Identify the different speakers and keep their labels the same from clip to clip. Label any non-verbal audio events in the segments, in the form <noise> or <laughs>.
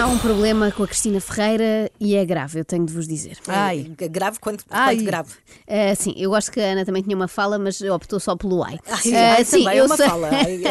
Speaker 1: Há um problema com a Cristina Ferreira e é grave, eu tenho de vos dizer.
Speaker 2: Ah.
Speaker 3: Ai.
Speaker 2: Grave quanto,
Speaker 3: Ai.
Speaker 2: quanto grave.
Speaker 1: Ah, sim, eu gosto que a Ana também tinha uma fala, mas optou só pelo ai.
Speaker 2: Ai,
Speaker 1: Ah,
Speaker 2: ai, também é uma
Speaker 1: sei,
Speaker 2: fala. Ai.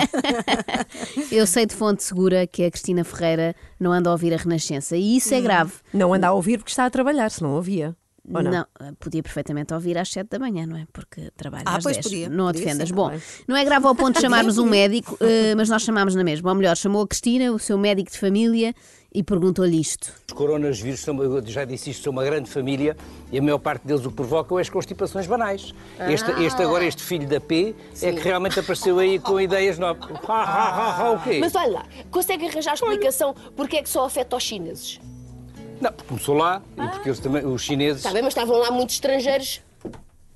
Speaker 1: <laughs> eu sei de fonte segura que a Cristina Ferreira não anda a ouvir a Renascença e
Speaker 2: Hum.
Speaker 1: isso é grave.
Speaker 3: Não anda a ouvir porque está a trabalhar, se não ouvia. Ou não?
Speaker 1: ah, podia perfeitamente ouvir às 7 da manhã, não é? Porque trabalha
Speaker 2: Ah,
Speaker 1: às
Speaker 2: pois
Speaker 1: 10.
Speaker 2: podia,
Speaker 1: não a
Speaker 2: podia,
Speaker 1: defendas.
Speaker 2: sim,
Speaker 1: Bom,
Speaker 3: bem.
Speaker 1: não é grave ao ponto
Speaker 2: <laughs>
Speaker 1: de chamarmos um médico, ah, mas nós chamámos na mesma. Ou melhor, chamou a Cristina, o seu médico de família, e perguntou-lhe isto.
Speaker 4: Os coronavírus, são, eu já disse isto, são uma grande família e a maior parte deles o que provocam é as constipações banais. Este,
Speaker 5: Ah.
Speaker 4: este agora, este filho da P, é que realmente apareceu aí
Speaker 5: <laughs>
Speaker 4: com ideias novas. Ha, ha, ha, ha, o quê?
Speaker 5: Mas olha lá, consegue arranjar explicação porque é que só afeta os chineses?
Speaker 4: Não, porque começou lá
Speaker 5: Ah.
Speaker 4: e porque eles também, os chineses...
Speaker 5: Está Tá bem, mas estavam lá muitos estrangeiros.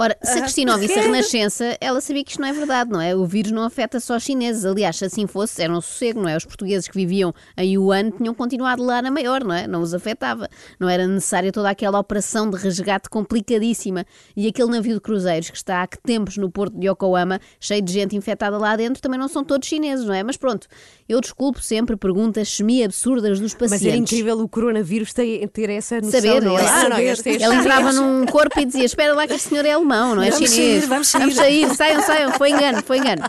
Speaker 1: Ora, se a Cristina ouvisse a Renascença, ela sabia que isto não é verdade, não é? O vírus não afeta só os chineses. Aliás, se assim fosse, era um sossego, não é? Os portugueses que viviam em Wuhan tinham continuado lá na maior, não é? Não os afetava. Não era necessária toda aquela operação de resgate complicadíssima. E aquele navio de cruzeiros que está há que tempos no porto de Yokohama, cheio de gente infectada lá dentro, também não são todos chineses, não é? Mas pronto, eu desculpo sempre perguntas semi-absurdas dos pacientes.
Speaker 3: Mas é era incrível o coronavírus ter, ter essa noção.
Speaker 1: Saber,
Speaker 3: não é?
Speaker 1: ele,
Speaker 3: Ah, não,
Speaker 1: saber.
Speaker 3: este é-
Speaker 1: ele entrava num corpo e dizia: Espera lá, que este senhor é alemão, não é
Speaker 2: Vamos
Speaker 1: chinês.
Speaker 2: sair, vamos sair."
Speaker 1: Vamos sair, saiam, saiam. Foi engano, foi engano.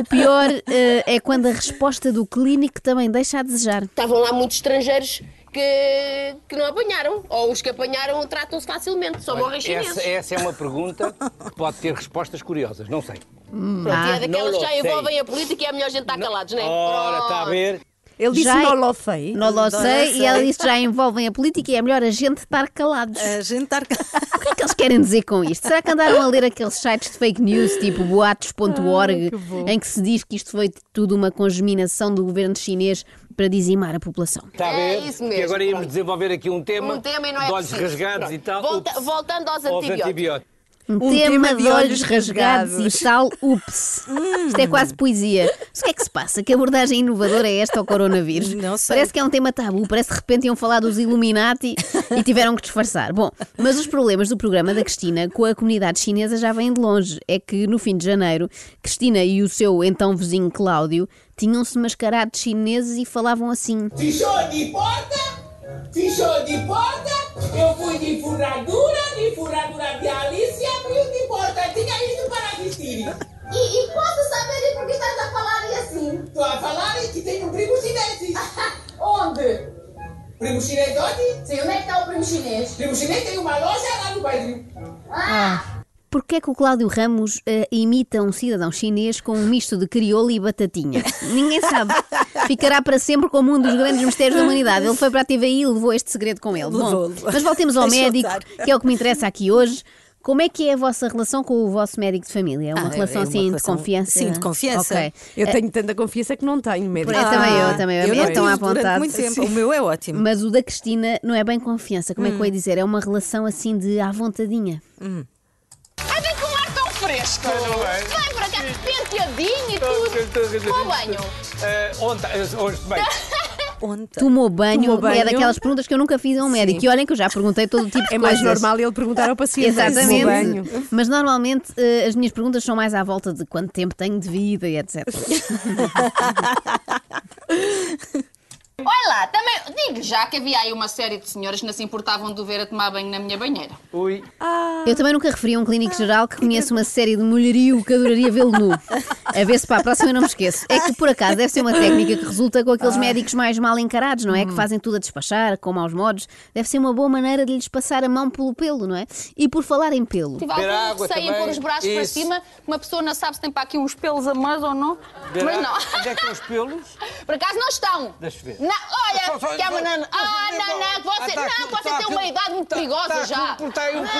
Speaker 1: O pior eh, é quando a resposta do clínico também deixa a desejar.
Speaker 5: Estavam lá muitos estrangeiros que, que não apanharam. Ou os que apanharam tratam-se facilmente, só morrem chineses.
Speaker 4: Essa, essa é uma pergunta que pode ter respostas curiosas, não sei.
Speaker 5: Pronto,
Speaker 1: Ah,
Speaker 5: e é daquelas
Speaker 4: Ah, não
Speaker 5: que já
Speaker 4: sei.
Speaker 5: envolvem a política e é melhor a gente estar calados, não é?
Speaker 4: Ora, tá está a ver?
Speaker 3: Ele disse
Speaker 1: Já é-
Speaker 3: não lo sei.
Speaker 1: Não lo
Speaker 2: Não
Speaker 1: sei, e
Speaker 2: sei.
Speaker 1: ela disse que já envolvem a política e é melhor a gente estar calados.
Speaker 3: É.
Speaker 2: A gente tá-
Speaker 1: O que é que eles querem dizer com isto? Será que andaram a ler aqueles sites de fake news, tipo boatos.org, em que se diz que isto foi tudo uma congeminação do governo chinês para dizimar a população?
Speaker 4: Está tá a
Speaker 5: É
Speaker 4: ver?
Speaker 5: isso mesmo,
Speaker 4: E agora íamos
Speaker 5: pronto.
Speaker 4: desenvolver aqui um tema,
Speaker 5: Um tema e não é
Speaker 4: de olhos
Speaker 5: possível.
Speaker 4: rasgados
Speaker 5: Pronto.
Speaker 4: e tal.
Speaker 5: Volta-
Speaker 4: Ups.
Speaker 5: voltando aos antibióticos.
Speaker 1: Um, tema, de olhos rasgados, e tal, ups. Isto é quase poesia. Mas o que é que se passa? Que abordagem inovadora é esta ao coronavírus?
Speaker 2: Não sei.
Speaker 1: Parece que é um tema tabu, parece que de repente iam falar dos Illuminati e tiveram que disfarçar. Bom, mas os problemas do programa da Cristina com a comunidade chinesa já vêm de longe. É que no fim de janeiro, Cristina e o seu então vizinho Cláudio tinham-se mascarado de chineses e falavam assim.
Speaker 6: Fechou de porta, fechou de porta, eu fui de furadura, de furadura de Alice e abriu de porta, tinha ido para vestir.
Speaker 7: E, e posso saber por que estás a falar e assim?
Speaker 6: Tô a falar que tem um primo chinês.
Speaker 7: <laughs> Onde?
Speaker 6: Primo chinês onde?
Speaker 7: Sim, onde é que está o primo chinês?
Speaker 6: Primo chinês tem uma loja lá no Brasil.
Speaker 1: Porquê é que o Cláudio Ramos eh, imita um cidadão chinês com um misto de crioulo e batatinha? Ninguém sabe. Ficará para sempre como um dos grandes mistérios da humanidade. Ele foi para a TVI e levou este segredo com ele.
Speaker 2: Levou,
Speaker 1: Bom,
Speaker 2: levou.
Speaker 1: mas voltemos ao
Speaker 2: Deixou
Speaker 1: médico,
Speaker 2: estar.
Speaker 1: que é o que me interessa aqui hoje. Como é que é a vossa relação com o vosso médico de família? É uma
Speaker 2: Ah, é-
Speaker 1: relação
Speaker 2: é uma
Speaker 1: assim
Speaker 2: relação-
Speaker 1: de confiança?
Speaker 2: sim, de confiança.
Speaker 1: Ok.
Speaker 3: <laughs> Eu tenho tanta confiança que não tenho Ah, medo.
Speaker 1: Por aí também eu, também eu. A
Speaker 2: Ah, eu
Speaker 1: minha
Speaker 2: não
Speaker 1: é tão
Speaker 2: tive
Speaker 1: à vontade.
Speaker 2: durante muito tempo. O meu é ótimo.
Speaker 1: Mas o da Cristina não é bem confiança. Como é que
Speaker 2: Hum.
Speaker 1: eu ia dizer? É uma relação assim de à vontadinha.
Speaker 5: Olha que um ar tão fresco!
Speaker 4: é.
Speaker 5: Vem para cá, penteadinho e tudo. Bom banho.
Speaker 4: Eh, ontem, hoje, bem,
Speaker 5: <laughs>
Speaker 2: Ontem.
Speaker 1: Tomou banho,
Speaker 3: Tomou banho.
Speaker 1: é daquelas perguntas que eu nunca fiz a um médico. E olhem que eu já perguntei todo o tipo de
Speaker 3: É mais
Speaker 1: coisas.
Speaker 3: normal ele perguntar ao paciente.
Speaker 1: Exatamente. <laughs>
Speaker 3: "Tomou banho?"
Speaker 1: Mas normalmente eh, as minhas perguntas são mais à volta de quanto tempo tenho de vida e etc.
Speaker 5: Olha lá, também digo já que havia aí uma série de senhoras que não se importavam de o ver a tomar banho na minha banheira.
Speaker 4: ui,
Speaker 1: Eu também nunca referi a um clínico geral que conheço uma série de mulherio que adoraria vê-lo nu. A ver se para a próxima eu não me esqueço. É que por acaso deve ser uma técnica que resulta com aqueles médicos mais mal encarados, não é? Que fazem tudo a despachar, com maus modos. Deve ser uma boa maneira de lhes passar a mão pelo pelo, não é? E por falar em pelo.
Speaker 5: Tive
Speaker 4: Beber
Speaker 5: alguns
Speaker 4: água
Speaker 5: que saem
Speaker 4: também.
Speaker 5: pôr os braços para
Speaker 4: Isso.
Speaker 5: cima, que uma pessoa não sabe se tem para aqui uns pelos a mais ou não. Mas não.
Speaker 4: onde é que estão os pelos?
Speaker 5: Por acaso não estão.
Speaker 4: Deixa eu ver.
Speaker 5: Não, olha,
Speaker 4: Só- só-
Speaker 5: que é uma
Speaker 4: só-
Speaker 5: nana. Ah,
Speaker 4: só-
Speaker 5: não, não, que
Speaker 4: Ah,
Speaker 5: você,
Speaker 4: tá
Speaker 5: não,
Speaker 4: aqui-
Speaker 5: você
Speaker 4: tá
Speaker 5: tem
Speaker 4: aqui-
Speaker 5: uma idade muito
Speaker 4: tá-
Speaker 5: perigosa
Speaker 4: tá aqui
Speaker 5: já.
Speaker 4: um por- tá aí um por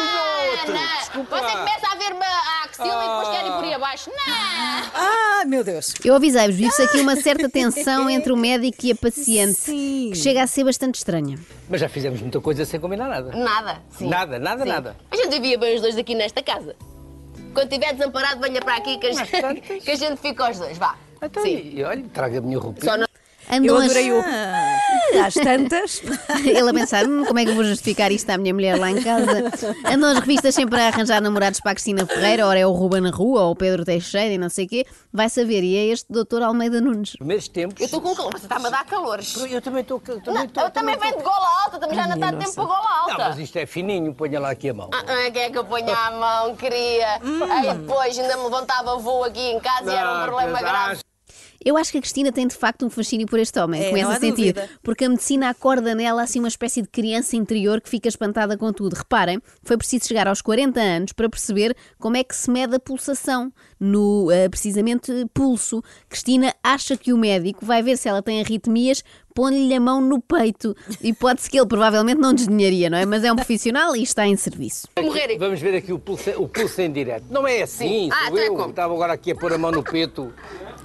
Speaker 4: outro.
Speaker 5: não.
Speaker 4: Desculpa
Speaker 5: Você
Speaker 4: lá.
Speaker 5: começa a ver-me a axila e depois
Speaker 4: Ah.
Speaker 5: quer ir por aí abaixo. Não.
Speaker 2: Ah, meu Deus.
Speaker 1: Eu avisei-vos, vive-se aqui uma certa tensão entre o médico e a paciente,
Speaker 2: Sim.
Speaker 1: que chega a ser bastante estranha.
Speaker 4: Mas já fizemos muita coisa sem combinar nada.
Speaker 5: Nada. Sim.
Speaker 4: Nada, nada, nada.
Speaker 5: A gente vivia bem os dois aqui nesta casa. Quando estiver desamparado, venha para aqui que a gente, que a gente fica os dois. Vá.
Speaker 4: Então, e olha, traga a minha roupinha.
Speaker 5: Só não-
Speaker 1: Andam
Speaker 3: Eu
Speaker 1: a-
Speaker 3: adorei o. às tantas.
Speaker 1: <laughs> Ele a pensar, "Hum, como é que eu vou justificar isto à minha mulher lá em casa? Andam as revistas sempre a arranjar namorados para a Cristina Ferreira, ora é o Ruba na rua, ou o Pedro Teixeira e não sei o quê. Vai saber, e é este doutor Almeida Nunes.
Speaker 4: Primeiros tempos.
Speaker 5: Eu estou com calor, você está-me a dar calores.
Speaker 4: Eu também estou.
Speaker 5: Não, eu também venho de gola alta, também já não está
Speaker 3: Minha
Speaker 5: tempo
Speaker 3: nossa.
Speaker 5: para gola
Speaker 4: Não,
Speaker 5: alta.
Speaker 4: mas isto é fininho, ponha lá aqui a mão.
Speaker 5: Ah, ah, quem é que eu ponho à mão, queria?
Speaker 4: Hum.
Speaker 5: Aí depois ainda me levantava voo aqui em casa e
Speaker 4: Ah,
Speaker 5: era um problema grave.
Speaker 1: Eu acho que a Cristina tem de facto um fascínio por este homem,
Speaker 2: É,
Speaker 1: começa
Speaker 2: não há
Speaker 1: a sentir,
Speaker 2: dúvida.
Speaker 1: porque a medicina acorda nela assim uma espécie de criança interior que fica espantada com tudo. Reparem, foi preciso chegar aos 40 anos para perceber como é que se mede a pulsação, no eh, precisamente pulso. Cristina acha que o médico vai ver se ela tem arritmias. Pondo-lhe a mão no peito. Hipótese que ele provavelmente não desdenharia, não é? Mas é um profissional e está em serviço.
Speaker 5: Vou morrer.
Speaker 4: ah, Vamos ver aqui o pulso, o pulso em direto. Não é assim, sou
Speaker 5: Ah, então é
Speaker 4: eu.
Speaker 5: como?
Speaker 4: Estava agora aqui a pôr a mão no peito.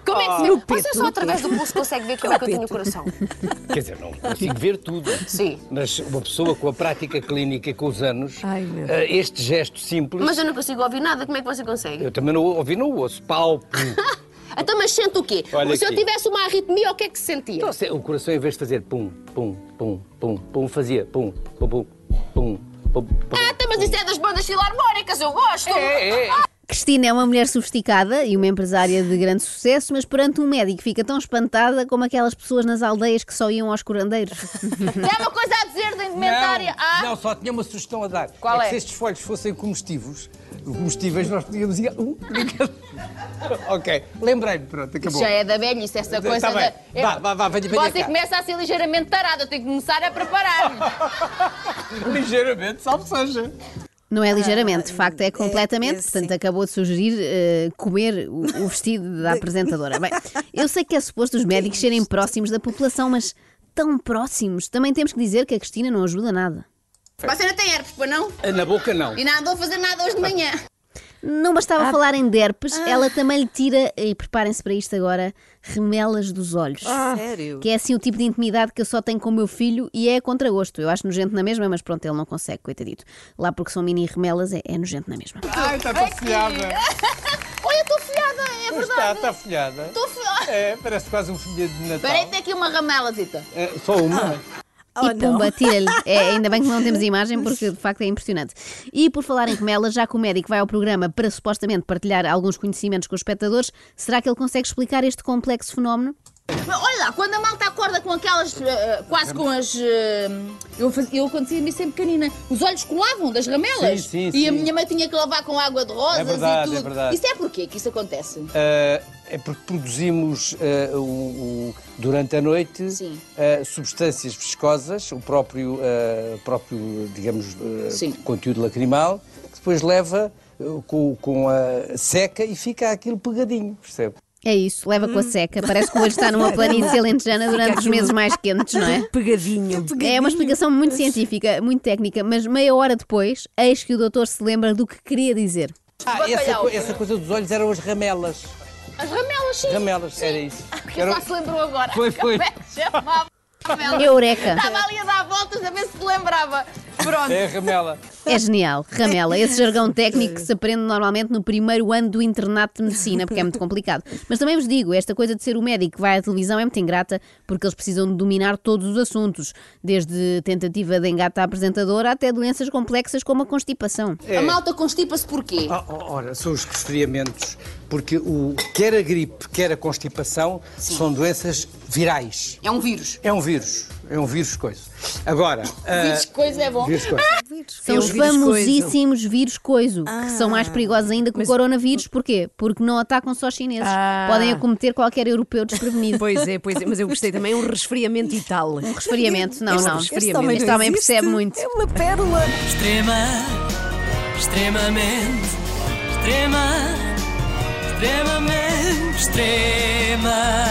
Speaker 5: Como é que se vê? Você só através do pulso consegue ver como é que eu tenho o coração.
Speaker 4: Quer dizer, não consigo ver tudo.
Speaker 5: Sim.
Speaker 4: Mas uma pessoa com a prática clínica com os anos,
Speaker 3: Ai, meu Deus.
Speaker 4: eh, este gesto simples,
Speaker 5: Mas eu não consigo ouvir nada, como é que você consegue?
Speaker 4: eu também não ouvi no osso. Palpo.
Speaker 5: Então, mas sente o quê?
Speaker 4: Olha
Speaker 5: se eu
Speaker 4: aqui.
Speaker 5: tivesse uma arritmia, o que é que se sentia?
Speaker 4: Então, se- o coração, em vez de fazer pum, pum, pum, pum, pum, fazia pum, pum, pum, pum, pum. pum.
Speaker 5: Ah, então, mas isso um é das bandas filarmónicas, eu gosto!
Speaker 4: É, é.
Speaker 1: Cristina é uma mulher sofisticada e uma empresária de grande sucesso, mas perante um médico fica tão espantada como aquelas pessoas nas aldeias que só iam aos <laughs> curandeiros.
Speaker 5: Tem é uma coisa a dizer da indumentária? Ah,
Speaker 8: Não, só tinha uma sugestão a dar.
Speaker 5: Qual
Speaker 8: que
Speaker 5: é?
Speaker 8: se estes folhos fossem comestíveis, comestíveis nós podíamos ir. Uh, brincadeira. <laughs> ok, lembrei-me, pronto, acabou.
Speaker 5: já é da velhice, essa coisa
Speaker 8: Está bem.
Speaker 5: da...
Speaker 8: Vá, vá, vá, venha, venha
Speaker 5: Você
Speaker 8: cá.
Speaker 5: começa a ser ligeiramente tarada, eu tenho que começar a preparar-me.
Speaker 8: Ligeiramente, salve seja.
Speaker 1: Não é ligeiramente, de facto, é completamente.
Speaker 2: é, sim.
Speaker 1: portanto, acabou de sugerir eh, comer o, o vestido <laughs> da apresentadora. Bem, eu sei que é suposto os médicos serem próximos da população, mas tão próximos. Também temos que dizer que a Cristina não ajuda nada.
Speaker 5: Você não tem herpes, pois não?
Speaker 4: Na boca, não.
Speaker 5: E não andou a fazer nada hoje de manhã.
Speaker 1: Não bastava falar em derpes, ela também lhe tira, e preparem-se para isto agora, remelas dos olhos.
Speaker 2: Sério?
Speaker 1: Que é assim o tipo de intimidade que eu só tenho com o meu filho e é contra gosto. Eu acho nojento na mesma, mas pronto, ele não consegue, coitadito. Lá porque são mini remelas, é, é nojento na mesma.
Speaker 8: Ai, tá está tafiada.
Speaker 5: Olha, estou fiada, é
Speaker 8: Está,
Speaker 5: verdade.
Speaker 8: está folhada.
Speaker 5: Estou fiada.
Speaker 8: É, parece quase um folheto de Natal.
Speaker 5: Peraí, tem Ah. aqui uma ramelazita.
Speaker 4: É, Só uma.
Speaker 1: e pumba, tira-lhe. É, ainda bem que não temos imagem, porque de facto é impressionante. E por falar em remelas, já que o médico vai ao programa para supostamente partilhar alguns conhecimentos com os espectadores, será que ele consegue explicar este complexo fenómeno?
Speaker 5: Mas olha lá, quando a malta acorda com aquelas. eh, quase com as. eh, eu, faz- eu acontecia-me isso em pequenina. Os olhos colavam das ramelas.
Speaker 4: Sim, sim,
Speaker 5: e a
Speaker 4: sim.
Speaker 5: minha mãe tinha que lavar com água de rosas
Speaker 4: É verdade,
Speaker 5: e tudo.
Speaker 4: é verdade.
Speaker 5: Isso é porquê que isso acontece?
Speaker 4: Ah, é porque produzimos ah, o- o- durante a noite
Speaker 5: Sim.
Speaker 4: ah, substâncias viscosas, o próprio, ah, próprio digamos, ah,
Speaker 5: Sim.
Speaker 4: conteúdo lacrimal, que depois leva ah, com, com a seca e fica aquilo pegadinho, percebe?
Speaker 1: É isso, leva com a seca. Parece que o olho está numa planície alentejana durante os meses mais quentes, não
Speaker 3: <laughs>
Speaker 1: é?
Speaker 3: Pegadinho.
Speaker 1: É uma explicação muito científica, muito técnica, mas meia hora depois, eis que o doutor se lembra do que queria dizer.
Speaker 4: Ah, essa,
Speaker 5: bacalhau.
Speaker 4: co- essa coisa dos olhos eram as ramelas.
Speaker 5: As ramelas, sim. Ah,
Speaker 4: Ramelas, era isso.
Speaker 5: Quem
Speaker 4: Era-
Speaker 5: só se lembrou agora?
Speaker 4: Foi, foi.
Speaker 5: Como é que se chamava? Ramela.
Speaker 1: Eureka!
Speaker 5: Estava ali a dar voltas a ver se se lembrava.
Speaker 4: É a ramela.
Speaker 1: É genial, Ramela, esse jargão técnico que se aprende normalmente no primeiro ano do internato de medicina, porque é muito complicado. Mas também vos digo, esta coisa de ser o médico que vai à televisão é muito ingrata, porque eles precisam de dominar todos os assuntos, desde tentativa de engata à apresentadora até doenças complexas como a constipação.
Speaker 5: A malta constipa-se porquê?
Speaker 4: Ah, o- Ora, são os resfriamentos, porque o, quer a gripe, quer a constipação, são doenças virais.
Speaker 5: É um vírus.
Speaker 4: É um vírus. É um vírus coisa. Agora. ah,
Speaker 5: Vírus, que coisa é bom.
Speaker 4: vírus coisa.
Speaker 1: São os famosíssimos vírus coiso, que
Speaker 3: Ah.
Speaker 1: são mais perigosos ainda que o coronavírus. Porquê? Porque não atacam só chineses.
Speaker 3: Ah.
Speaker 1: Podem acometer qualquer europeu desprevenido.
Speaker 3: Pois é, pois é, mas eu gostei também, um resfriamento e tal.
Speaker 1: Um Resfriamento, não, não.
Speaker 3: Este
Speaker 1: Este
Speaker 3: homem
Speaker 1: homem,
Speaker 3: não
Speaker 1: percebe muito.
Speaker 2: É uma pérola.
Speaker 9: Extrema, extremamente, extrema, extremamente, extrema.